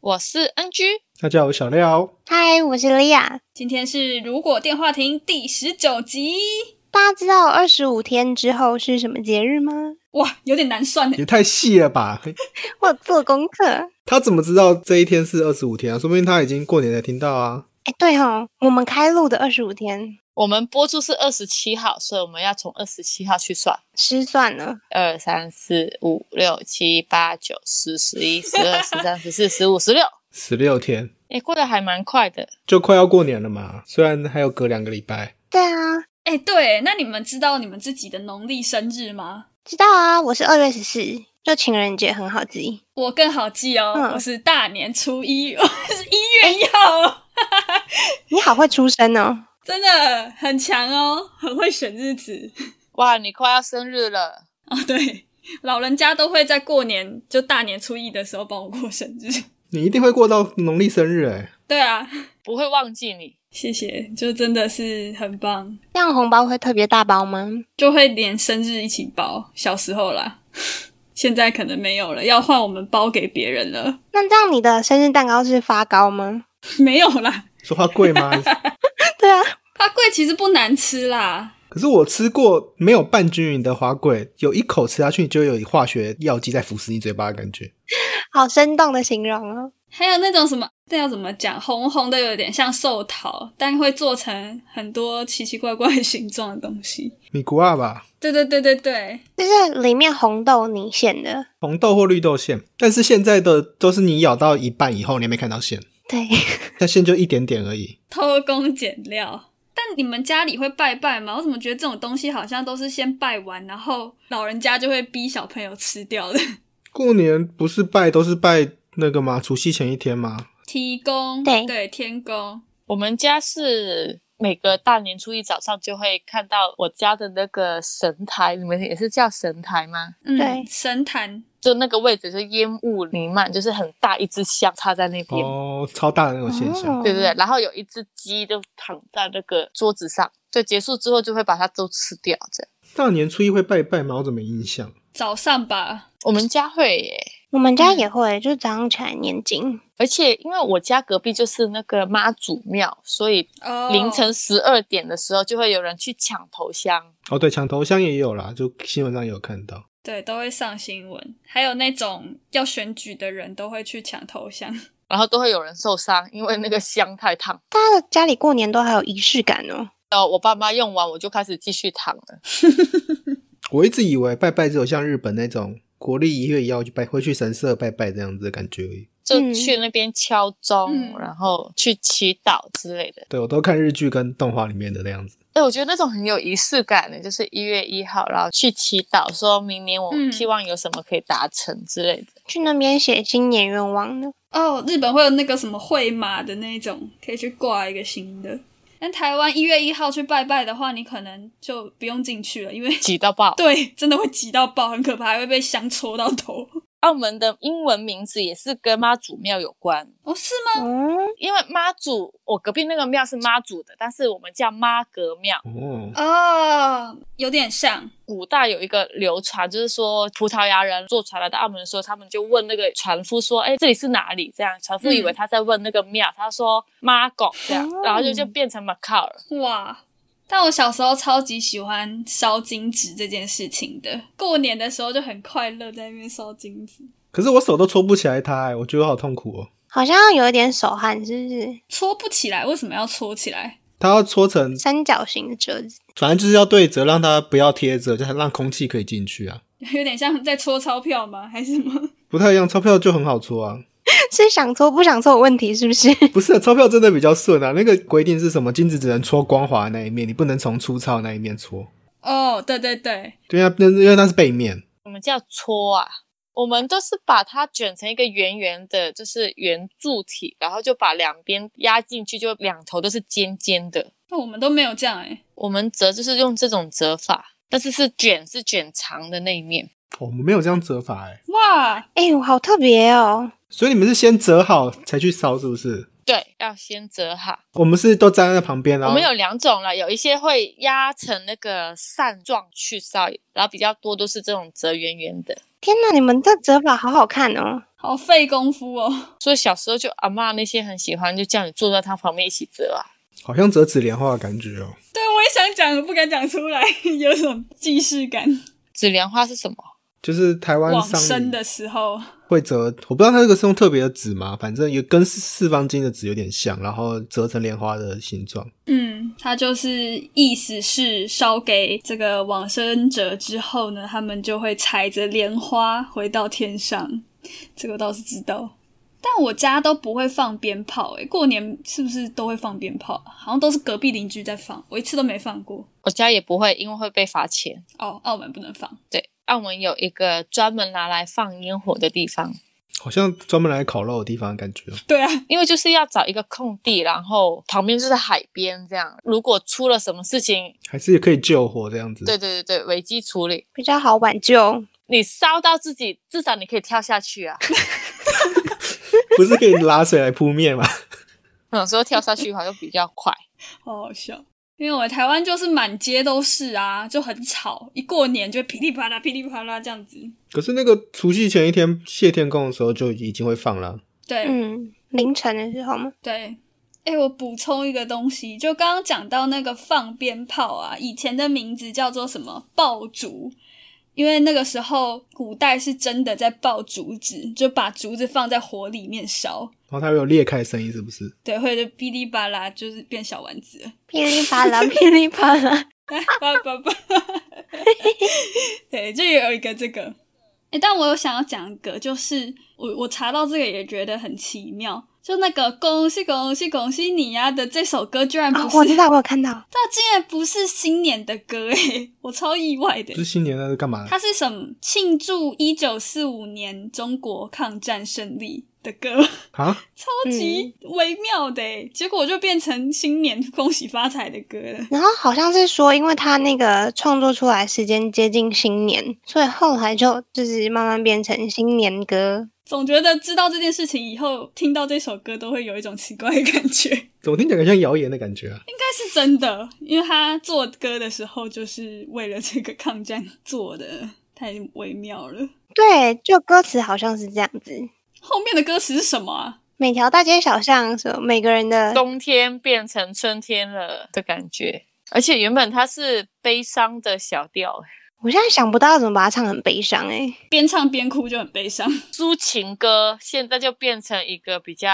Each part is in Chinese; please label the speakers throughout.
Speaker 1: 我是 NG，
Speaker 2: 大家好，我小廖。
Speaker 3: 嗨，我是莉亚。
Speaker 4: 今天是《如果电话亭》第十九集，
Speaker 3: 大家知道二十五天之后是什么节日吗？
Speaker 4: 哇，有点难算呢
Speaker 2: 也。太细了吧？
Speaker 3: 我有做功课。哎，
Speaker 2: 他怎么知道这一天是二十五天啊？说不定他已经过年才听到啊。
Speaker 3: 对哦，我们开录的二十五天
Speaker 1: 我们播出是二十七号，所以我们要从二十七号去算，
Speaker 3: 失算了。
Speaker 1: 二三四五六七八九十十一十二十三十四十五十六，
Speaker 2: 十六天
Speaker 1: 哎，过得还蛮快的。
Speaker 2: 就快要过年了嘛，虽然还有隔两个礼拜。
Speaker 3: 对啊，
Speaker 4: 哎，对，那你们知道你们自己的农历生日吗？
Speaker 3: 知道啊，我是二月十四，就情人节很好记。
Speaker 4: 我更好记哦，
Speaker 3: 嗯
Speaker 4: 我是大年初一， 我是一月一号哦，
Speaker 3: 你好会出声哦。
Speaker 4: 真的很强哦，很会选日子
Speaker 1: 哇，你快要生日了，
Speaker 4: 哦。对，老人家都会在过年，就大年初一的时候帮我过生日。
Speaker 2: 你一定会过到农历生日哎、
Speaker 4: 对啊，
Speaker 1: 不会忘记你。
Speaker 4: 谢谢，就真的是很棒，
Speaker 3: 这样红包会特别大包吗？
Speaker 4: 就会连生日一起包。小时候啦， 现在可能没有了，要换我们包给别人了。
Speaker 3: 那这样你的生日蛋糕是发糕吗？
Speaker 4: 没有啦，
Speaker 2: 说话贵吗？
Speaker 3: 对啊，
Speaker 4: 花贵其实不难吃啦。
Speaker 2: 可是我吃过没有拌均匀的花桂，有一口吃下去就有化学药剂在腐蚀你嘴巴的感觉。
Speaker 3: 好生动的形容哦。
Speaker 4: 还有那种什么，那要怎么讲？红红的，有点像寿桃，但会做成很多奇奇怪怪的形状的东西。
Speaker 2: 米古啊吧，
Speaker 4: 对对对对对，
Speaker 3: 就是里面红豆泥馅的，
Speaker 2: 红豆或绿豆馅，但是现在的都是你咬到一半以后，你还没看到馅，
Speaker 3: 对，
Speaker 2: 那馅就一点点而已。
Speaker 4: 偷工减料。但你们家里会拜拜吗？我怎么觉得这种东西好像都是先拜完，然后老人家就会逼小朋友吃掉的。
Speaker 2: 过年不是拜都是拜那个吗？除夕前一天吗？
Speaker 4: 提供
Speaker 3: 对
Speaker 4: 对天宫，
Speaker 1: 我们家是每个大年初一早上就会看到我家的那个神台，你们也是叫神台吗？
Speaker 4: 嗯，
Speaker 3: 对
Speaker 4: 神坛，
Speaker 1: 就那个位置就烟雾弥漫，就是很大一只香插在那边。
Speaker 2: 哦，超大的那种现象。
Speaker 3: 哦
Speaker 1: 对对对，然后有一只鸡就躺在那个桌子上，对，结束之后就会把它都吃掉。这样，
Speaker 2: 大年初一会拜拜吗？我怎么没印象？
Speaker 4: 早上吧，
Speaker 1: 我们家会耶，
Speaker 3: 我们家也会，就早上起来念经。
Speaker 1: 而且因为我家隔壁就是那个妈祖庙，所以
Speaker 4: 哦，
Speaker 1: 凌晨十二点的时候就会有人去抢头香。
Speaker 2: 哦，对，抢头香也有啦，就新闻上也有看到。
Speaker 4: 对都会上新闻，还有那种要选举的人都会去抢头香，
Speaker 1: 然后都会有人受伤，因为那个香太烫。
Speaker 3: 大家家里过年都还有仪式感哦。
Speaker 1: 呃，我爸妈用完我就开始继续躺了。
Speaker 2: 我一直以为拜拜只有像日本那种国历一月一号去拜，会去神社拜拜这样子的感觉而已。
Speaker 1: 就
Speaker 3: 嗯
Speaker 1: 去那边敲钟，
Speaker 4: 嗯
Speaker 1: 然后去祈祷之类的。
Speaker 2: 对我都看日剧跟动画里面的那样子。
Speaker 1: 哎，我觉得那种很有仪式感的，就是一月一号，然后去祈祷，说明年我
Speaker 4: 嗯
Speaker 1: 希望有什么可以达成之类的。
Speaker 3: 去那边写新年愿望呢？
Speaker 4: 哦，日本会有那个什么会马的那种，可以去挂一个新的。但台湾一月一号去拜拜的话，你可能就不用进去了，因为
Speaker 1: 挤到爆！
Speaker 4: 对，真的会挤到爆，很可怕，还会被香戳到头。
Speaker 1: 澳门的英文名字也是跟妈祖庙有关，
Speaker 4: 哦，是吗？
Speaker 3: 哦，
Speaker 1: 因为妈祖，我隔壁那个庙是妈祖的，但是我们叫妈阁庙。
Speaker 2: 哦，
Speaker 4: 哦，有点像，
Speaker 1: 古代有一个流传，就是说葡萄牙人坐船来到澳门的时候，他们就问那个船夫说：“哎，这里是哪里？”这样，船夫以为他在问那个庙，他说妈拱这样，
Speaker 3: 哦
Speaker 1: 然后就就变成 Macau 了。
Speaker 4: 哇！但我小时候超级喜欢烧金纸这件事情的，过年的时候就很快乐，在那边烧金纸，
Speaker 2: 可是我手都搓不起来它、欸，我觉得好痛苦哦。
Speaker 3: 好像有一点手汗，是不是？
Speaker 4: 搓不起来，为什么要搓起来？
Speaker 2: 它要搓成，
Speaker 3: 三角形的折子，
Speaker 2: 反正就是要对折，让它不要贴着，就是让空气可以进去啊。
Speaker 4: 有点像在搓钞票吗？还是什么？
Speaker 2: 不太一样，钞票就很好搓啊。
Speaker 3: 是想搓不想搓的问题，是不是？
Speaker 2: 不是、啊，钞票真的比较顺啊。那个规定是什么？金子只能搓光滑的那一面，你不能从粗糙的那一面搓。
Speaker 4: 哦，对对对，
Speaker 2: 对啊，那因为它是背面。
Speaker 1: 我们叫搓啊，我们就是把它卷成一个圆圆的，就是圆柱体，然后就把两边压进去，就两头都是尖尖的。
Speaker 4: 那我们都没有这样哎、
Speaker 1: 我们折就是用这种折法，但是是卷是卷长的那一面。
Speaker 2: 哦我们没有这样折法哎，
Speaker 4: 哇，
Speaker 3: 哎、我好特别哦！
Speaker 2: 所以你们是先折好才去烧，是不是？
Speaker 1: 对，要先折好。
Speaker 2: 我们是都站在旁边，然
Speaker 1: 我
Speaker 2: 后
Speaker 1: 们有两种了，有一些会压成那个扇状去烧，然后比较多都是这种折圆圆的。
Speaker 3: 天哪，你们这折法好好看哦！
Speaker 4: 好费功夫哦，
Speaker 1: 所以小时候就阿嬷那些很喜欢，就叫你坐在她旁边一起折啊。
Speaker 2: 好像折纸莲花的感觉哦。
Speaker 4: 对我也想讲，不敢讲出来， 有种既视感。
Speaker 1: 紫莲花是什么？
Speaker 2: 就是台湾
Speaker 4: 往
Speaker 2: 商
Speaker 4: 生
Speaker 2: 女
Speaker 4: 的时候，
Speaker 2: 会折，我不知道它这个是用特别的纸吗？反正也跟四四方巾的纸有点像，然后折成莲花的形状。
Speaker 4: 嗯，他就是意思是烧给这个往生者之后呢，他们就会踩着莲花回到天上，这个我倒是知道。但我家都不会放鞭炮、诶，过年是不是都会放鞭炮？啊好像都是隔壁邻居在放，我一次都没放过。
Speaker 1: 我家也不会，因为会被罚钱。
Speaker 4: 哦，澳门不能放，
Speaker 1: 对，澳门有一个专门拿来放烟火的地方，
Speaker 2: 好像专门来烤肉的地方的感觉哦。
Speaker 4: 对啊，
Speaker 1: 因为就是要找一个空地，然后旁边就是海边这样。如果出了什么事情，
Speaker 2: 还是可以救火这样子。
Speaker 1: 对对对对，危机处理。
Speaker 3: 比较好挽救。
Speaker 1: 你烧到自己，至少你可以跳下去啊。
Speaker 2: 不是可以拿水来扑灭吗？
Speaker 1: 有时候跳下去好像比较快。
Speaker 4: 好好笑。因为我们台湾就是满街都是啊，就很吵，一过年就噼里啪啦、噼里啪啦这样子。
Speaker 2: 可是那个除夕前一天谢天公的时候就已经会放了。
Speaker 4: 对，
Speaker 3: 嗯，凌晨的时候吗？
Speaker 4: 对，哎，我补充一个东西，就刚刚讲到那个放鞭炮啊，以前的名字叫做什么爆竹，因为那个时候古代是真的在爆竹子，就把竹子放在火里面烧，
Speaker 2: 然后它会有裂开的声音，是不是？
Speaker 4: 对，或者哔哩吧啦，就是变小丸子了，
Speaker 3: 噼里啪啦，噼里啪啦。
Speaker 4: 叭叭叭，对，就有一个这个。哎，但我有想要讲一个，就是我我查到这个也觉得很奇妙，就那个恭喜恭喜恭喜你呀、的这首歌，居然不
Speaker 3: 哦，
Speaker 4: 是、
Speaker 3: 我知道，我有看到。
Speaker 4: 那竟然不是新年的歌诶， 我超意外的
Speaker 2: 就。是新年那是干嘛？
Speaker 4: 它是什么？庆祝一九四五年中国抗战胜利的歌，
Speaker 2: 啊？
Speaker 4: 超级微妙的诶。结果就变成新年恭喜发财的歌了。
Speaker 3: 然后好像是说，因为他那个创作出来时间接近新年，所以后来就就是慢慢变成新年歌。
Speaker 4: 总觉得知道这件事情以后，听到这首歌都会有一种奇怪的感觉， 应
Speaker 2: 怎么听起来像谣言的感觉啊？
Speaker 4: 该是真的，因为他做歌的时候就是为了这个抗战做的，太微妙了。
Speaker 3: 对，就歌词好像是这样子，
Speaker 4: 后面的歌词是什么啊？
Speaker 3: 每条大街小巷，什么每个人的
Speaker 1: 冬天变成春天了的感觉。而且原本它是悲伤的小调，欸
Speaker 3: 我现在想不到怎么把它唱很悲伤哎、
Speaker 4: 边唱边哭就很悲伤。
Speaker 1: 抒情歌，现在就变成一个比较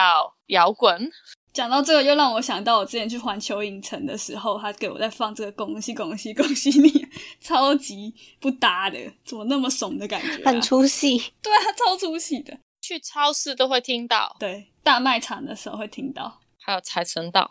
Speaker 1: 摇滚。
Speaker 4: 讲到这个，又让我想到我之前去环球影城的时候，他给我在放这个“恭喜恭喜恭喜你”， 超级不搭的，怎么那么怂的感觉、啊？
Speaker 3: 很出戏。
Speaker 4: 对啊，超出戏的。
Speaker 1: 去超市都会听到，
Speaker 4: 对，大卖场的时候会听到。
Speaker 1: 还有财神到。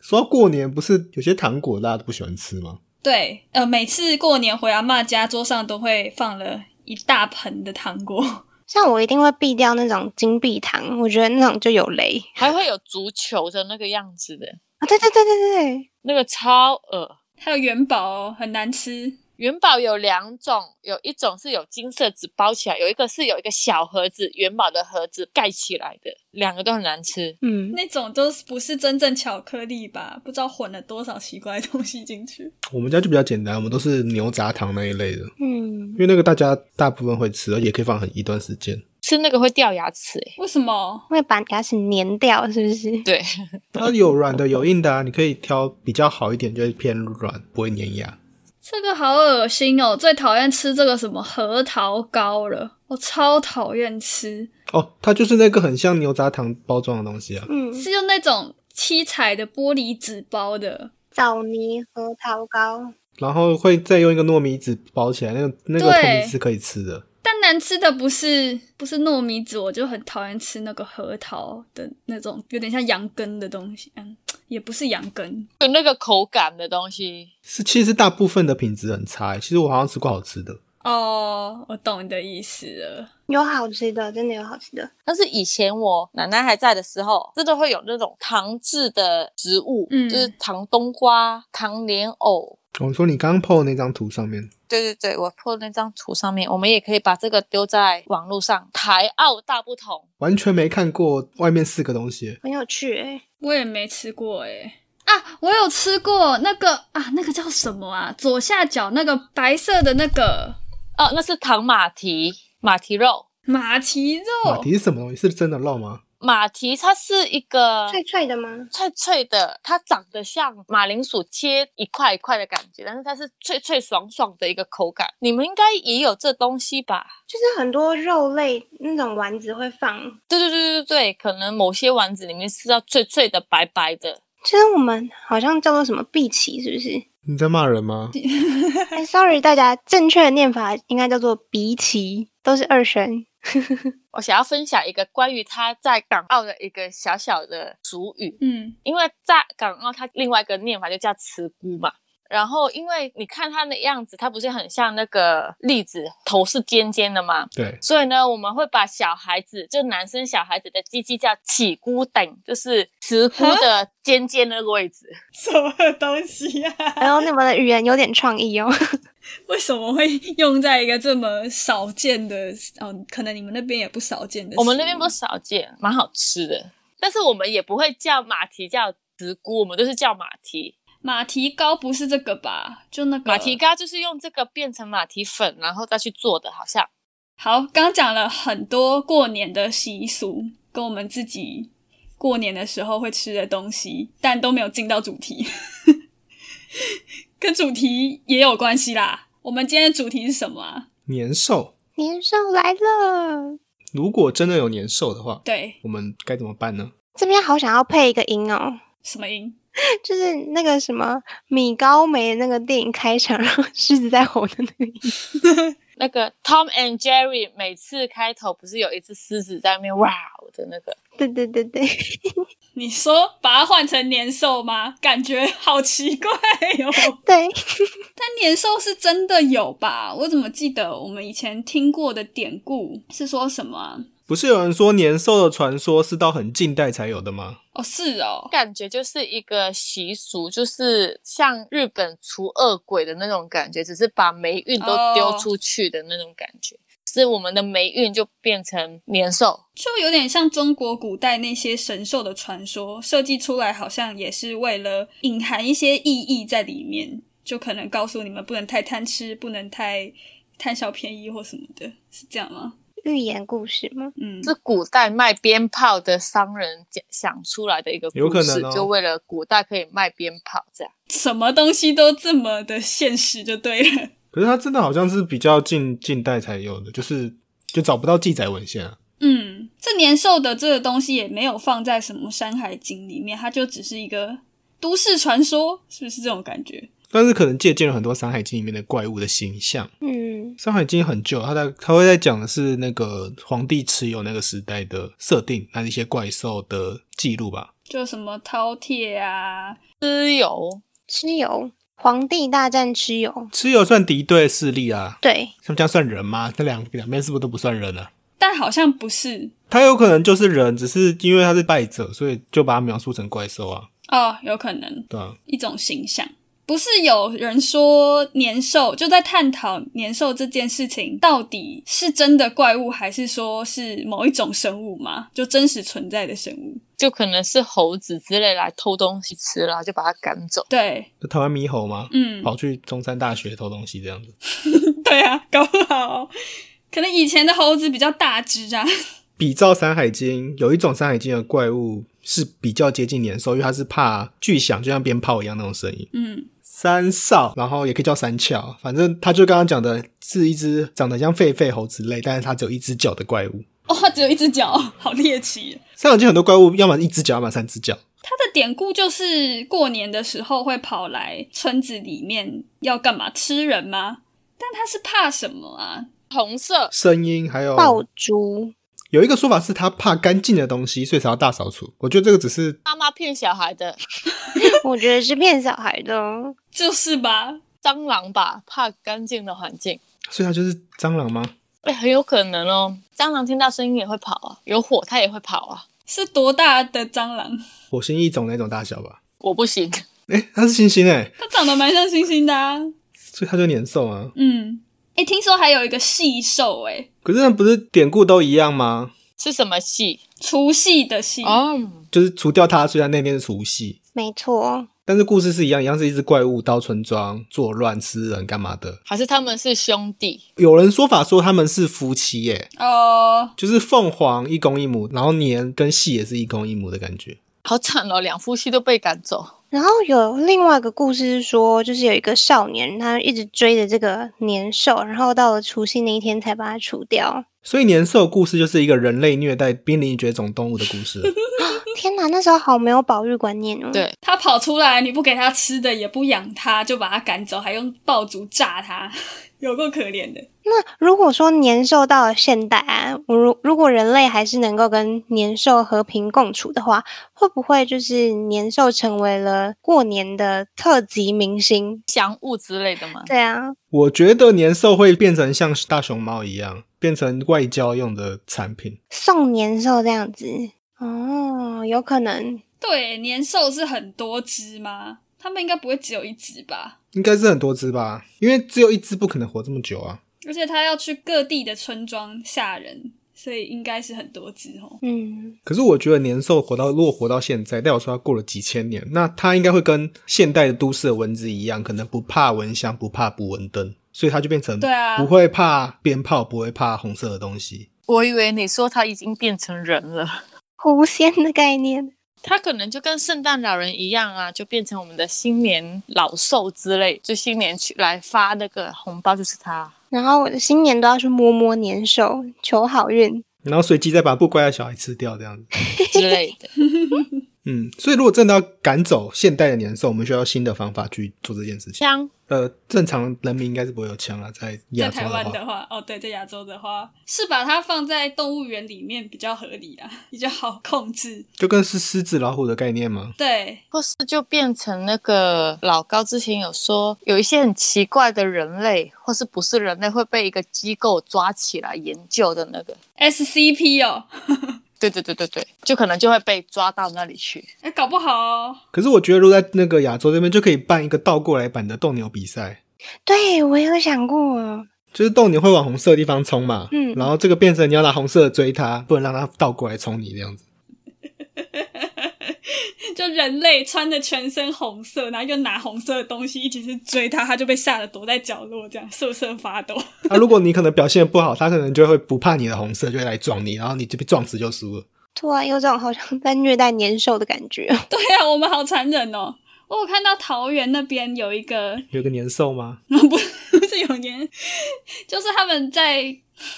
Speaker 2: 说到过年，不是有些糖果大家都不喜欢吃吗？
Speaker 4: 对，呃，每次过年回阿嬷家，桌上都会放了一大盆的糖果。
Speaker 3: 像我一定会避掉那种金币糖，我觉得那种就有雷
Speaker 1: 还会有足球的那个样子的，
Speaker 3: 啊！对对对对对，
Speaker 1: 那个超恶。
Speaker 4: 还有元宝、哦、很难吃，
Speaker 1: 元宝有两种，有一种是有金色纸包起来，有一个是有一个小盒子，元宝的盒子盖起来的，两个都很难吃。
Speaker 3: 嗯，
Speaker 4: 那种都不是真正巧克力吧？不知道混了多少奇怪的东西进去。
Speaker 2: 我们家就比较简单，我们都是牛轧糖那一类的，因
Speaker 3: 嗯，
Speaker 2: 为那个大家大部分会吃，而且也可以放很一段时间。
Speaker 1: 吃那个会掉牙齿、欸，
Speaker 4: 为什么？
Speaker 3: 会把牙齿粘掉，是不是？
Speaker 1: 对，
Speaker 2: 它有软的有硬的啊，你可以挑比较好一点，就是偏软，不会粘牙。
Speaker 4: 这个好恶心哦！最讨厌吃这个什么核桃糕了，我超讨厌吃，
Speaker 2: 哦，它就是那个很像牛轧糖包装的东西啊。
Speaker 3: 嗯，
Speaker 4: 是用那种七彩的玻璃纸包的，
Speaker 3: 枣泥核桃糕，
Speaker 2: 然后会再用一个糯米纸包起来，那个那个
Speaker 4: 对
Speaker 2: 糯米是可以吃的。
Speaker 4: 但难吃的不是不是糯米纸，我就很讨厌吃那个核桃的那种有点像羊羹的东西，嗯，也不是羊羹，
Speaker 1: 有那个口感的东西。
Speaker 2: 是，其实大部分的品质很差欸。其实我好像吃过好吃的，
Speaker 4: 哦，我懂你的意思了。
Speaker 3: 有好吃的，真的有好吃的。
Speaker 1: 但是以前我奶奶还在的时候，真的会有那种糖制的植物，
Speaker 4: 嗯
Speaker 1: 就是糖冬瓜、糖莲藕。
Speaker 2: 我哦说你刚 PO 那张图上面，
Speaker 1: 对对对，我 po 那张图上面，我们也可以把这个丢在网络上。台澳大不同，
Speaker 2: 完全没看过外面四个东西，欸
Speaker 3: 很有趣欸诶、
Speaker 4: 我也没吃过诶、啊，我有吃过那个啊，那个叫什么啊？左下角那个白色的那个
Speaker 1: 哦，那是糖马蹄，马蹄肉。
Speaker 4: 马蹄肉，
Speaker 2: 马蹄是什么东西？是真的肉吗？
Speaker 1: 马蹄它是一个
Speaker 3: 脆脆的吗？
Speaker 1: 脆脆的，它长得像马铃薯切一块一块的感觉，但是它是脆脆爽爽的一个口感。你们应该也有这东西吧？
Speaker 3: 就是很多肉类那种丸子会放。
Speaker 1: 对对对对对，可能某些丸子里面是要脆脆的、白白的。
Speaker 3: 其实我们好像叫做什么碧琪，是不是？
Speaker 2: 你在骂人吗？
Speaker 3: 哎，sorry，大家正确的念法应该叫做鼻奇，都是二声。
Speaker 1: 我想要分享一个关于它在港澳的一个小小的俗语，
Speaker 4: 嗯，
Speaker 1: 因为在港澳它另外一个念法就叫慈菇嘛。然后，因为你看它的样子，它不是很像那个栗子，头是尖尖的嘛，
Speaker 2: 对，
Speaker 1: 所以呢，我们会把小孩子，就男生小孩子的鸡鸡叫起菇顶，就是雌菇的尖尖那个位置。
Speaker 4: 什么东西啊呀、
Speaker 3: 哎呦，你们的语言有点创意哦。
Speaker 4: 为什么会用在一个这么少见的？哦，可能你们那边也不少见的。
Speaker 1: 我们那边不，少见，蛮好吃的。但是我们也不会叫马蹄叫雌菇，我们都是叫马蹄。
Speaker 4: 马蹄糕不是这个吧？就那个
Speaker 1: 马蹄。糕就是用这个变成马蹄粉，然后再去做的，好像。
Speaker 4: 好，刚讲了很多过年的习俗，跟我们自己过年的时候会吃的东西，但都没有进到主题， 跟主题也有关系啦。我们今天的主题是什么、啊？
Speaker 2: 年兽，
Speaker 3: 年兽来了，
Speaker 2: 如果真的有年兽的话，
Speaker 4: 对，
Speaker 2: 我们该怎么办呢？
Speaker 3: 这边好想要配一个音哦，
Speaker 4: 什么音？
Speaker 3: 就是那个什么米高梅那个电影开场，然后狮子在吼的那个音。
Speaker 1: 那个 Tom and Jerry 每次开头不是有一只狮子在那边哇哦的那个，
Speaker 3: 对对对对，
Speaker 4: 你说把它换成年兽吗？感觉好奇怪哦哟、
Speaker 3: 对，
Speaker 4: 但年兽是真的有吧？我怎么记得我们以前听过的典故是说什么啊、
Speaker 2: 不是有人说年兽的传说是到很近代才有的吗？
Speaker 4: 哦，是哦，
Speaker 1: 感觉就是一个习俗，就是像日本除恶鬼的那种感觉，只是把霉运都丢出去的那种感觉。是我们的霉运就变成年兽，
Speaker 4: 就有点像中国古代那些神兽的传说，设计出来好像也是为了隐含一些意义在里面，就可能告诉你们不能太贪吃，不能太贪小便宜或什么的，是这样吗？
Speaker 3: 寓言故事吗？
Speaker 4: 嗯，
Speaker 1: 是古代卖鞭炮的商人讲想出来的一个故事，
Speaker 2: 有可能哦
Speaker 1: 就为了古代可以卖鞭炮这样。
Speaker 4: 什么东西都这么的现实就对了。
Speaker 2: 可是它真的好像是比较近近代才有的，就是就找不到记载文献啊。
Speaker 4: 嗯，这年兽的这个东西也没有放在什么《山海经》里面，它就只是一个都市传说，是不是这种感觉？
Speaker 2: 但是可能借鉴了很多《山海经》里面的怪物的形象。
Speaker 3: 嗯，
Speaker 2: 《山海经》很旧，它在它会在讲的是那个皇帝蚩尤那个时代的设定，那一些怪兽的记录吧。
Speaker 4: 就什么饕餮啊，
Speaker 1: 蚩尤
Speaker 3: 蚩尤，皇帝大战蚩尤。
Speaker 2: 蚩尤算敌对势力啊，
Speaker 3: 对，
Speaker 2: 他们这样算人吗？那两两边是不是都不算人啊？
Speaker 4: 但好像不是
Speaker 2: 他有可能就是人，只是因为他是败者，所以就把他描述成怪兽啊，
Speaker 4: 哦，有可能
Speaker 2: 对啊，
Speaker 4: 一种形象。不是有人说年兽就在探讨年兽这件事情到底是真的怪物，还是说是某一种生物吗？就真实存在的生物？
Speaker 1: 就可能是猴子之类来偷东西吃，然后就把它赶走。
Speaker 4: 对，
Speaker 2: 就台湾猕猴吗？
Speaker 4: 嗯，
Speaker 2: 跑去中山大学偷东西这样子，
Speaker 4: 对啊，搞不好可能以前的猴子比较大只啊。
Speaker 2: 比照《山海经》，有一种《山海经》的怪物是比较接近年兽，因为它是怕巨响，就像鞭炮一样那种声音。
Speaker 4: 嗯，
Speaker 2: 三少，然后也可以叫三窍，反正它就刚刚讲的是一只长得像狒狒猴之类，但是它只有一只脚的怪物。
Speaker 4: 哦，它只有一只脚， 好猎奇。
Speaker 2: 山海经很多怪物，要么一只脚，要么三只脚。
Speaker 4: 它的典故就是过年的时候会跑来村子里面要干嘛？吃人吗？但它是怕什么啊？
Speaker 1: 红色
Speaker 2: 声音还有
Speaker 3: 爆竹，
Speaker 2: 有一个说法是它怕干净的东西，所以才要大扫除。我觉得这个只是
Speaker 1: 妈妈骗小孩的
Speaker 3: 我觉得是骗小孩的哦。
Speaker 4: 就是吧，
Speaker 1: 蟑螂吧，怕干净的环境。
Speaker 2: 所以它就是蟑螂吗？
Speaker 1: 哎、很有可能哦。蟑螂听到声音也会跑啊，有火它也会跑啊。
Speaker 4: 是多大的蟑螂？
Speaker 2: 火星异种那种大小吧？
Speaker 1: 我不行，
Speaker 2: 哎，它是星星哎，
Speaker 4: 它长得蛮像星星的、啊。
Speaker 2: 所以它就年兽啊。
Speaker 4: 嗯，哎，听说还有一个细兽，哎，
Speaker 2: 可是那不是典故都一样吗？
Speaker 1: 是什么戏？
Speaker 4: 除夕的夕，
Speaker 1: 哦，
Speaker 2: 就是除掉它，虽然那天是除夕，
Speaker 3: 没错，
Speaker 2: 但是故事是一样，一样是一只怪物到村庄作乱、吃人干嘛的。
Speaker 1: 还是他们是兄弟？
Speaker 2: 有人说法说他们是夫妻耶，
Speaker 4: 哦，
Speaker 2: 就是凤凰一公一母，然后年跟戏也是一公一母的感觉。
Speaker 1: 好惨哦，两夫妻都被赶走。
Speaker 3: 然后有另外一个故事是说，就是有一个少年，他一直追着这个年兽，然后到了除夕那一天才把它除掉。
Speaker 2: 所以年兽故事就是一个人类虐待濒临绝种动物的故事。
Speaker 3: 天哪，那时候好没有保育观念哦。，
Speaker 1: 对，
Speaker 4: 它跑出来，你不给它吃的，也不养它，就把它赶走，还用爆竹炸它， 有够可怜的。
Speaker 3: 那如果说年兽到了现代啊，我如如果人类还是能够跟年兽和平共处的话，会不会就是年兽成为了过年的特级明星？
Speaker 1: 祥物之类的吗？
Speaker 3: 对啊，
Speaker 2: 我觉得年兽会变成像大熊猫一样，变成外交用的产品。
Speaker 3: 送年兽这样子，哦，有可能。
Speaker 4: 对，年兽是很多只吗？它们应该不会只有一只吧？
Speaker 2: 应该是很多只吧，因为只有一只不可能活这么久啊。
Speaker 4: 而且它要去各地的村庄吓人，所以应该是很多只哦。
Speaker 3: 嗯，
Speaker 2: 可是我觉得年兽活到如果活到现在，代表说它过了几千年，那它应该会跟现代的都市的蚊子一样，可能不怕蚊香，不怕捕蚊灯，所以它就变成
Speaker 4: 对啊
Speaker 2: 不会怕鞭炮，不会怕红色的东西。
Speaker 1: 我以为你说他已经变成人了，
Speaker 3: 狐仙的概念，
Speaker 1: 他可能就跟圣诞老人一样啊，就变成我们的新年老兽之类，就新年去来发那个红包就是他。
Speaker 3: 然后我的新年都要去摸摸年兽，求好运。
Speaker 2: 然后随机再把不乖的小孩吃掉，这样子。
Speaker 1: 之类 的。
Speaker 2: 嗯，所以如果真的要赶走现代的年兽，我们需要新的方法去做这件事情。
Speaker 1: 像
Speaker 2: 呃，正常人民应该是不会有枪啊，在亚
Speaker 4: 在
Speaker 2: 洲
Speaker 4: 台
Speaker 2: 的
Speaker 4: 湾
Speaker 2: 话，
Speaker 4: 的话，哦，对，在亚洲的话，是把它放在动物园里面比较合理啦，比较好控制。
Speaker 2: 就跟是狮子老虎的概念吗？
Speaker 4: 对，
Speaker 1: 或是就变成那个老高之前有说，有一些很奇怪的人类，或是不是人类会被一个机构抓起来研究的那个。
Speaker 4: SCP 哦，
Speaker 1: 对对对对对，就可能就会被抓到那里去。
Speaker 4: 哎，搞不好、哦、
Speaker 2: 可是我觉得，如果在那个亚洲这边，就可以办一个倒过来版的斗牛比赛，
Speaker 3: 对我也有想过，哦
Speaker 2: 就是斗牛会往红色的地方冲嘛，
Speaker 3: 嗯
Speaker 2: 然后这个变成你要拿红色的追它，不能让它倒过来冲你这样子。
Speaker 4: 就人类穿着全身红色，然后又拿红色的东西一起去追它，它就被吓得躲在角落，这样瑟瑟发抖。
Speaker 2: 啊，如果你可能表现不好，它可能就会不怕你的红色，就会来撞你，然后你就被撞死就输了。
Speaker 3: 突然有种好像在虐待年兽的感觉。哦
Speaker 4: 对呀、我们好残忍哦！我有看到桃园那边有一个，
Speaker 2: 有个年兽吗？
Speaker 4: 不是有年， 就是他们在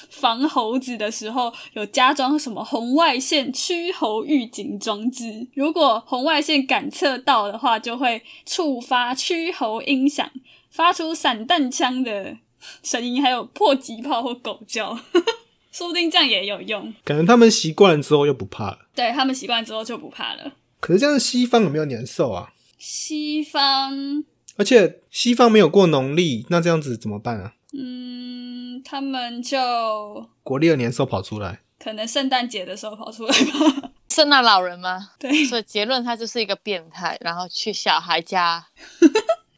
Speaker 4: 防猴子的时候有加装什么红外线驱猴预警装置，如果红外线感测到的话，就会触发驱猴音响，发出散弹枪的声音，还有迫击炮或狗叫， 说不定这样也有用。
Speaker 2: 感觉他们习惯了之后就不怕了。
Speaker 4: 对他们习惯之后就不怕了。
Speaker 2: 可是这样西方有没有年兽啊？
Speaker 4: 西方
Speaker 2: 而且西方没有过农历，那这样子怎么办啊？
Speaker 4: 嗯，他们就
Speaker 2: 国历的年兽跑出来，
Speaker 4: 可能圣诞节的时候跑出来吧。
Speaker 1: 圣诞老人吗？
Speaker 4: 对，
Speaker 1: 所以结论他就是一个变态，然后去小孩家。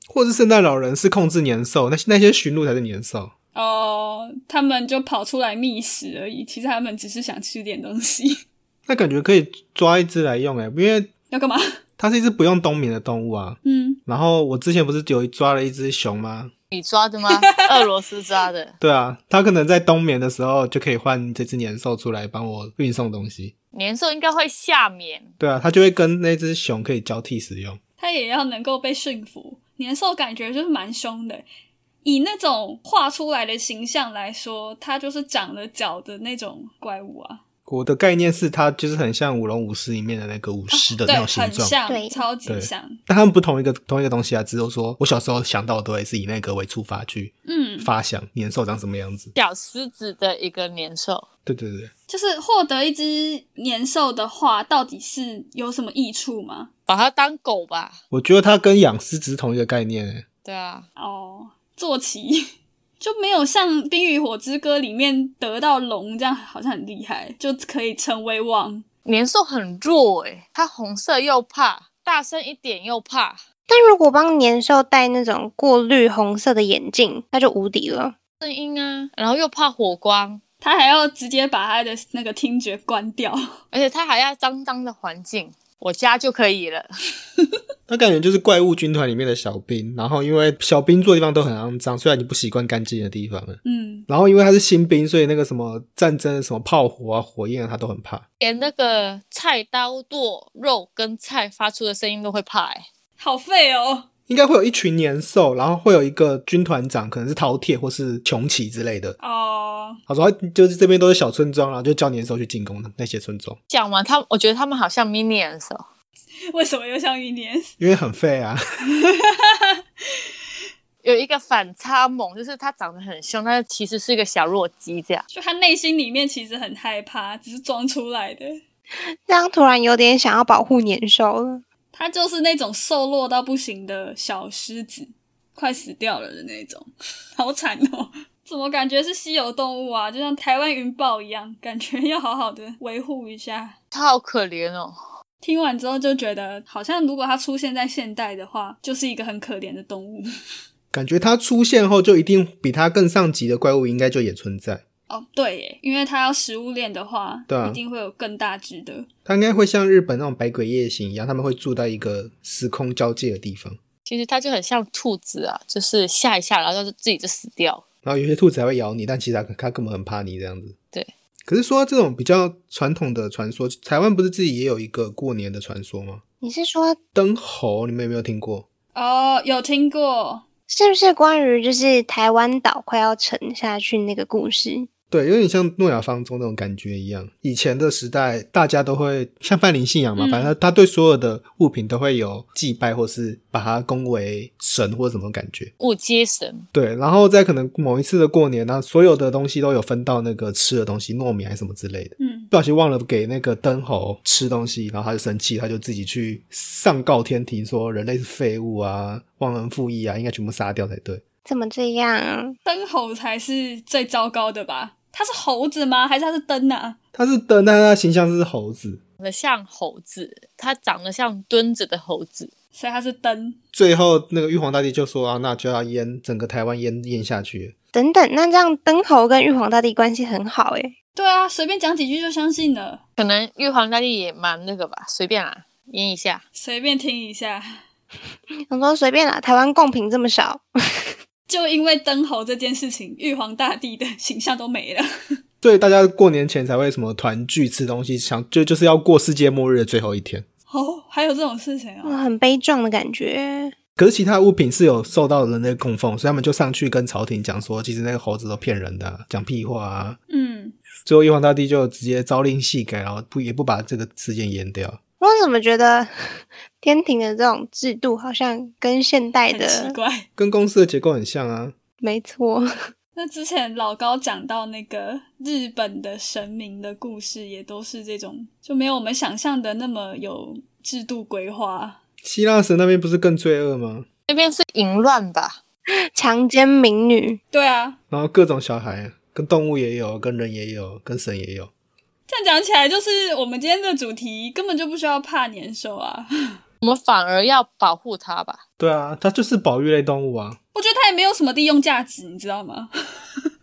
Speaker 2: 或者是圣诞老人是控制年兽，那那些驯鹿才是年兽。
Speaker 4: 哦，他们就跑出来觅食而已。其实他们只是想吃点东西，
Speaker 2: 那感觉可以抓一只来用诶、因为
Speaker 4: 要干嘛？
Speaker 2: 它是一只不用冬眠的动物啊。
Speaker 4: 嗯，
Speaker 2: 然后我之前不是有抓了一只熊吗？
Speaker 1: 你抓的吗？俄罗斯抓的。
Speaker 2: 对啊，它可能在冬眠的时候就可以换这只年兽出来帮我运送东西。
Speaker 1: 年兽应该会下眠，
Speaker 2: 对啊，它就会跟那只熊可以交替使用。
Speaker 4: 他也要能够被驯服。年兽感觉就是蛮凶的，以那种画出来的形象来说，它就是长了角的那种怪物啊，
Speaker 2: 我的概念是它就是很像《舞龙舞狮》里面的那个舞狮的
Speaker 4: 啊对，
Speaker 2: 那种形
Speaker 4: 很
Speaker 2: 状，
Speaker 4: 像，
Speaker 3: 对
Speaker 4: 超级
Speaker 2: 对
Speaker 4: 像。
Speaker 2: 但它们不同一个同一个东西啊。只有说我小时候想到的都会是以那个为出发去
Speaker 4: 嗯，
Speaker 2: 发想年兽长什么样子。
Speaker 1: 小狮子的一个年兽。
Speaker 2: 对对对，
Speaker 4: 就是获得一只年兽的话，到底是有什么益处吗？
Speaker 1: 把它当狗吧。
Speaker 2: 我觉得它跟养狮子是同一个概念、欸。
Speaker 1: 对啊，
Speaker 4: 哦，坐骑 就没有像《冰与火之歌》里面得到龙这样，好像很厉害，就可以成为王。
Speaker 1: 年兽很弱诶、它红色又怕，大声一点又怕，
Speaker 3: 但如果帮年兽戴那种过滤红色的眼镜，那就无敌了。
Speaker 1: 声音啊，然后又怕火光，
Speaker 4: 他还要直接把他的那个听觉关掉。
Speaker 1: 而且它还要脏脏的环境，我家就可以了。
Speaker 2: 他感觉就是怪物军团里面的小兵，然后因为小兵住的地方都很肮脏，所以他已经不习惯干净的地方了。啊
Speaker 4: 嗯，
Speaker 2: 然后因为他是新兵，所以那个什么战争、什么炮火啊、火焰啊，他都很怕。
Speaker 1: 连那个菜刀剁肉跟菜发出的声音都会怕欸诶、
Speaker 4: 好废哦。
Speaker 2: 应该会有一群年兽，然后会有一个军团长，可能是饕餮或是穷奇之类的。
Speaker 4: 哦，
Speaker 2: 他说哎就是这边都是小村庄，然后就叫年兽去进攻那些村庄，
Speaker 1: 讲完他，我觉得他们好像 minions 哦。
Speaker 4: 为什么又像一年？
Speaker 2: 因为很废啊。
Speaker 1: 有一个反差萌，就是他长得很凶，但是其实是一个小弱鸡这样。
Speaker 4: 就他内心里面其实很害怕，只是装出来的。
Speaker 3: 这样突然有点想要保护年兽了。
Speaker 4: 他就是那种瘦弱到不行的小狮子，快死掉了的那种，好惨哦！怎么感觉是稀有动物啊？就像台湾云豹一样，感觉要好好的维护一下。
Speaker 1: 他好可怜哦，
Speaker 4: 听完之后就觉得，好像如果它出现在现代的话，就是一个很可怜的动物。
Speaker 2: 感觉他出现后，就一定比他更上级的怪物应该就也存在。
Speaker 4: 哦，对耶，因为它要食物链的话，
Speaker 2: 对啊
Speaker 4: 一定会有更大只的。
Speaker 2: 他应该会像日本那种百鬼夜行一样，他们会住在一个时空交界的地方，
Speaker 1: 其实他就很像兔子啊，就是吓一吓，然后就自己就死掉了。
Speaker 2: 然后有些兔子还会咬你，但其实它它根本很怕你这样子。
Speaker 1: 对。
Speaker 2: 可是说到这种比较传统的传说，台湾不是自己也有一个过年的传说吗？
Speaker 3: 你是说
Speaker 2: 灯猴，你们有没有听过？
Speaker 4: 哦，有听过？
Speaker 3: 是不是关于就是台湾岛快要沉下去那个故事？
Speaker 2: 对，有点像诺亚方舟那种感觉一样。以前的时代，大家都会像泛灵信仰嘛，
Speaker 4: 嗯
Speaker 2: 反正他对所有的物品都会有祭拜，或是把它恭为神或什么感觉。
Speaker 1: 物接神，
Speaker 2: 对，然后在可能某一次的过年，那所有的东西都有分到那个吃的东西，糯米还是什么之类的。
Speaker 4: 嗯，
Speaker 2: 不小心忘了给那个灯猴吃东西，然后他就生气，他就自己去上告天庭，说人类是废物啊，忘恩负义啊，应该全部杀掉才对。
Speaker 3: 怎么这样啊？
Speaker 4: 灯猴才是最糟糕的吧？它是猴子吗？还是它是灯啊？
Speaker 2: 他是灯，但他的形象是猴子。
Speaker 1: 长得像猴子，它长得像蹲着的猴子。
Speaker 4: 所以它是灯。
Speaker 2: 最后那个玉皇大帝就说啊，那就要淹整个台湾淹淹下去了。
Speaker 3: 等等，那这样灯猴跟玉皇大帝关系很好诶、欸
Speaker 4: 对啊，随便讲几句就相信了，
Speaker 1: 可能玉皇大帝也蛮那个吧，随便啦，阴一下。
Speaker 4: 随便听一下。
Speaker 3: 想说随便啦，台湾贡品这么少，
Speaker 4: 就因为灯猴这件事情，玉皇大帝的形象都没了。
Speaker 2: 所以大家过年前才会什么团聚吃东西，想就就是要过世界末日的最后一天。
Speaker 4: 哦，还有这种事情
Speaker 3: 哇，
Speaker 4: 啊？
Speaker 3: 很悲壮的感觉。
Speaker 2: 可是其他物品是有受到人类供奉，所以他们就上去跟朝廷讲说，其实那个猴子都骗人的啊、讲屁话啊。
Speaker 4: 嗯，
Speaker 2: 最后玉皇大帝就直接朝令夕改，然后不也不把这个事件淹掉。
Speaker 3: 我怎么觉得 天庭的这种制度好像跟现代
Speaker 4: 很奇
Speaker 3: 的
Speaker 4: 怪。
Speaker 2: 跟公司的结构很像啊，
Speaker 3: 没错？
Speaker 4: 那之前老高讲到那个日本的神明的故事，也都是这种，就没有我们想象的那么有制度规划。
Speaker 2: 希腊神那边不是更罪恶吗？
Speaker 1: 那边是淫乱吧？
Speaker 3: 强奸民女，
Speaker 4: 对啊，
Speaker 2: 然后各种小孩，跟动物也有，跟人也有，跟神也有。
Speaker 4: 这样讲起来，就是我们今天的主题根本就不需要怕年兽啊。
Speaker 1: 我们反而要保护它吧？
Speaker 2: 对啊，它就是保育类动物啊，
Speaker 4: 我觉得它也没有什么利用价值，你知道吗？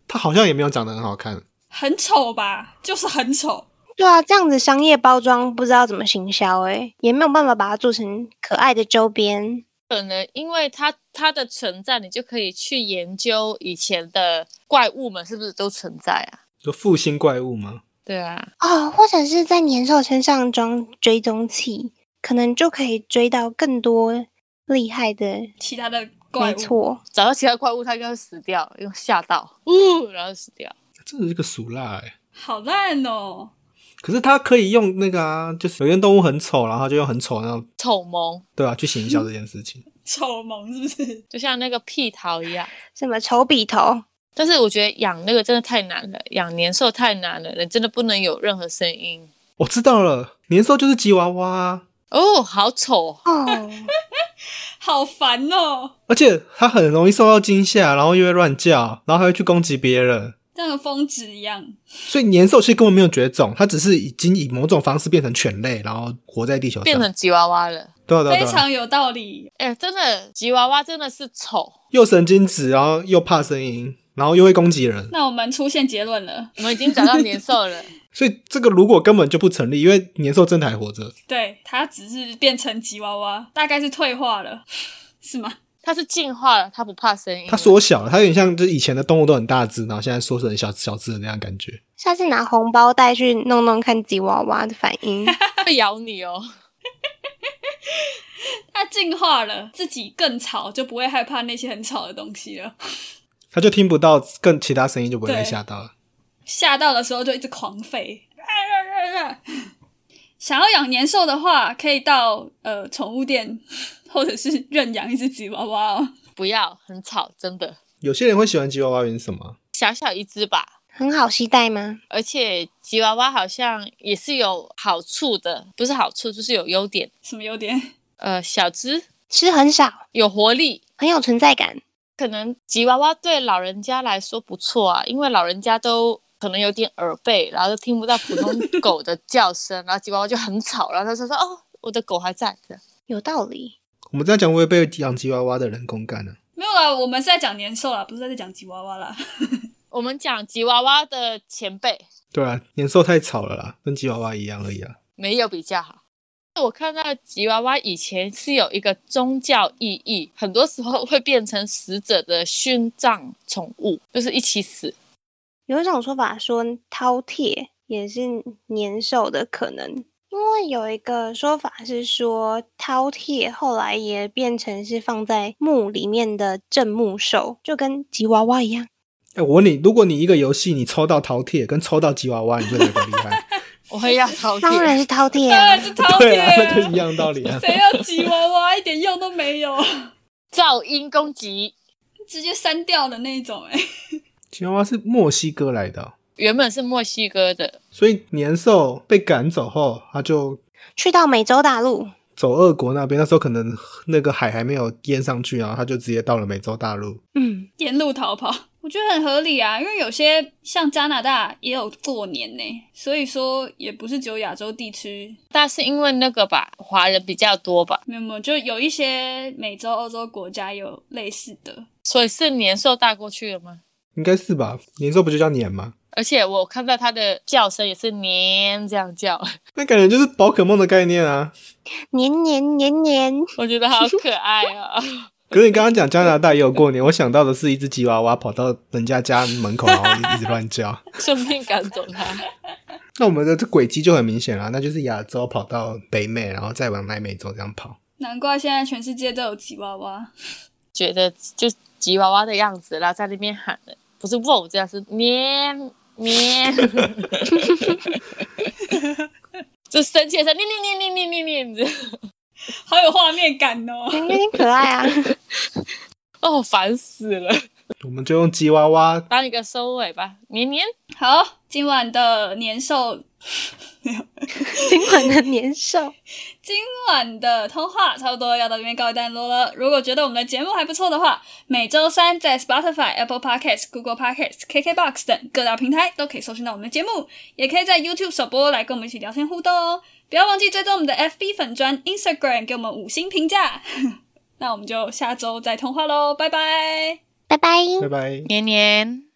Speaker 2: 它好像也没有长得很好看。
Speaker 4: 很丑吧，就是很丑。
Speaker 3: 对啊，这样子商业包装不知道怎么行销诶、也没有办法把它做成可爱的周边。
Speaker 1: 可能因为它它的存在，你就可以去研究以前的怪物们是不是都存在啊？
Speaker 2: 就复兴怪物吗？
Speaker 1: 对啊，
Speaker 3: 哦，或者是在年兽身上装追踪器，可能就可以追到更多厉害的。
Speaker 4: 其他的怪
Speaker 3: 没
Speaker 4: 物，
Speaker 3: 错，
Speaker 1: 找到其他怪物，它应该会死掉，因为吓到，呜，然后死掉。
Speaker 2: 真的是个俗辣哎、
Speaker 4: 好烂哦！
Speaker 2: 可是它可以用那个啊，就是有些动物很丑，然后它就用很丑那种，
Speaker 1: 丑萌，
Speaker 2: 对啊吧、去行销这件事情。
Speaker 4: 丑萌是不是？
Speaker 1: 就像那个屁桃一样。
Speaker 3: 什么丑笔头，
Speaker 1: 但是我觉得养那个真的太难了，养年兽太难了，你真的不能有任何声音。
Speaker 2: 我知道了，年兽就是吉娃娃啊，
Speaker 1: 哦，好丑哦！
Speaker 3: 哦，
Speaker 4: 好烦哦，
Speaker 2: 而且它很容易受到惊吓，然后又会乱叫，然后还会去攻击别人。
Speaker 4: 像个疯子一样。
Speaker 2: 所以年兽其实根本没有绝种，它只是已经以某种方式变成犬类，然后活在地球上。
Speaker 1: 变成吉娃娃了。
Speaker 2: 对啊对啊
Speaker 4: 非
Speaker 2: 对啊，
Speaker 4: 常有道理，
Speaker 1: 哎、真的吉娃娃真的是丑。
Speaker 2: 又神经质，然后又怕声音，然后又会攻击人。
Speaker 4: 那我们出现结论了。
Speaker 1: 我们已经找到年兽了，
Speaker 2: 所以这个如果根本就不成立，因为年兽真的还活着。
Speaker 4: 对，它只是变成吉娃娃，大概是退化了， 是吗？
Speaker 1: 它是进化了，它不怕声音。
Speaker 2: 它缩小了，它有点像就是以前的动物都很大只，然后现在缩成小小只的那样感觉。
Speaker 3: 下次拿红包袋去弄弄看吉娃娃的反 应。
Speaker 1: 会咬你哦。
Speaker 4: 它进化了，自己更吵，就不会害怕那些很吵的东西了。
Speaker 2: 它就听不到更其他声音，就不会被
Speaker 4: 对
Speaker 2: 吓到了。
Speaker 4: 吓到的时候就一直狂吠。 想要养年兽的话，可以到呃宠物店，或者是认养一只吉娃娃哦。
Speaker 1: 不要，很吵，真的。
Speaker 2: 有些人会喜欢吉娃娃，原因是什么？
Speaker 1: 小小一只吧，
Speaker 3: 很好期待吗？
Speaker 1: 而且吉娃娃好像也是有好处的，不是好处就是有优点。
Speaker 4: 什么优点？
Speaker 1: 呃，小只
Speaker 3: 吃很少，
Speaker 1: 有活力，
Speaker 3: 很有存在感。
Speaker 1: 可能吉娃娃对老人家来说不错啊，因为老人家都可能有点耳背，然后都听不到普通狗的叫声，然后吉娃娃就很吵，然后他就说哦，我的狗还在。这样
Speaker 3: 有道理，
Speaker 2: 我们这样讲会不会被养吉娃娃的人公干呢、
Speaker 4: 没有啦，我们是在讲年兽啦，不是在讲吉娃娃啦。
Speaker 1: 我们讲吉娃娃的前辈
Speaker 2: 对啊，年兽太吵了啦，跟吉娃娃一样而已啊。
Speaker 1: 没有比较好。我看到吉娃娃以前是有一个宗教意义，很多时候会变成死者的殉葬宠物，就是一起死。
Speaker 3: 有一种说法说饕餮也是年兽的可能，因为有一个说法是说饕餮后来也变成是放在墓里面的镇墓兽，就跟吉娃娃一样。
Speaker 2: 哎、我问你，如果你一个游戏你抽到饕餮跟抽到吉娃娃，你会哪个厉害？
Speaker 1: 我会要 饕
Speaker 3: 当然
Speaker 1: 餮，
Speaker 3: 是饕餮
Speaker 4: 当 然
Speaker 3: 啊，
Speaker 4: 是饕
Speaker 2: 对啊，那就
Speaker 4: 餮
Speaker 2: 一
Speaker 4: 啊，
Speaker 2: 样道理啊。
Speaker 4: 谁要吉娃娃一点用都没有，
Speaker 1: 噪音攻击。
Speaker 4: 直接删掉的那种、欸。哎，
Speaker 2: 吉娃娃是墨西哥来的哦、
Speaker 1: 原本是墨西哥的，
Speaker 2: 所以年兽被赶走后，它就
Speaker 3: 去到美洲大陆，
Speaker 2: 走俄国那边。那时候可能那个海还没有淹上去，然后它就直接到了美洲大陆。
Speaker 3: 嗯，
Speaker 4: 沿路逃跑，我觉得很合理啊，因为有些像加拿大也有过年呢、所以说也不是只有亚洲地区
Speaker 1: 但是因为那个吧，华人比较多吧，
Speaker 4: 没有没有，就有一些美洲、欧洲国家有类似的。
Speaker 1: 所以是年兽带过去了吗？
Speaker 2: 应该是吧？年兽不就叫年吗？
Speaker 1: 而且我看到它的叫声也是年这样叫，
Speaker 2: 那感觉就是宝可梦的概念啊。
Speaker 3: 年年年年，
Speaker 1: 我觉得好可爱啊、
Speaker 2: 可是你刚刚讲加拿大也有过年，我想到的是一只吉娃娃跑到人家家门口，然后一直乱叫。
Speaker 1: 顺便赶走它。
Speaker 2: 那我们的这轨迹就很明显啦，那就是亚洲跑到北美，然后再往南美洲这样跑。
Speaker 4: 难怪现在全世界都有吉娃娃，
Speaker 1: 觉得就吉娃娃的样子，然后在那边喊的，不是喔这样，是年年，就生气的时候，念念念念念念念，
Speaker 4: 好有画面感哦。
Speaker 3: 有点可爱啊。
Speaker 1: 哦，烦死了。
Speaker 2: 我们就用吉娃娃，
Speaker 1: 当一个收尾吧，年年
Speaker 4: 好，今晚的年兽，
Speaker 3: 今晚的年兽，
Speaker 4: 今晚的通话差不多要到这边告一段落了。如果觉得我们的节目还不错的话，每周三在 Spotify、Apple Podcasts、Google Podcasts、KKBox 等各大平台都可以搜寻到我们的节目，也可以在 YouTube 首播来跟我们一起聊天互动哦。不要忘记追踪我们的 FB 粉砖、Instagram，给我们五星评价。 那我们就下周再通话喽，拜拜。
Speaker 3: 拜拜。
Speaker 2: 拜拜。
Speaker 1: 年年。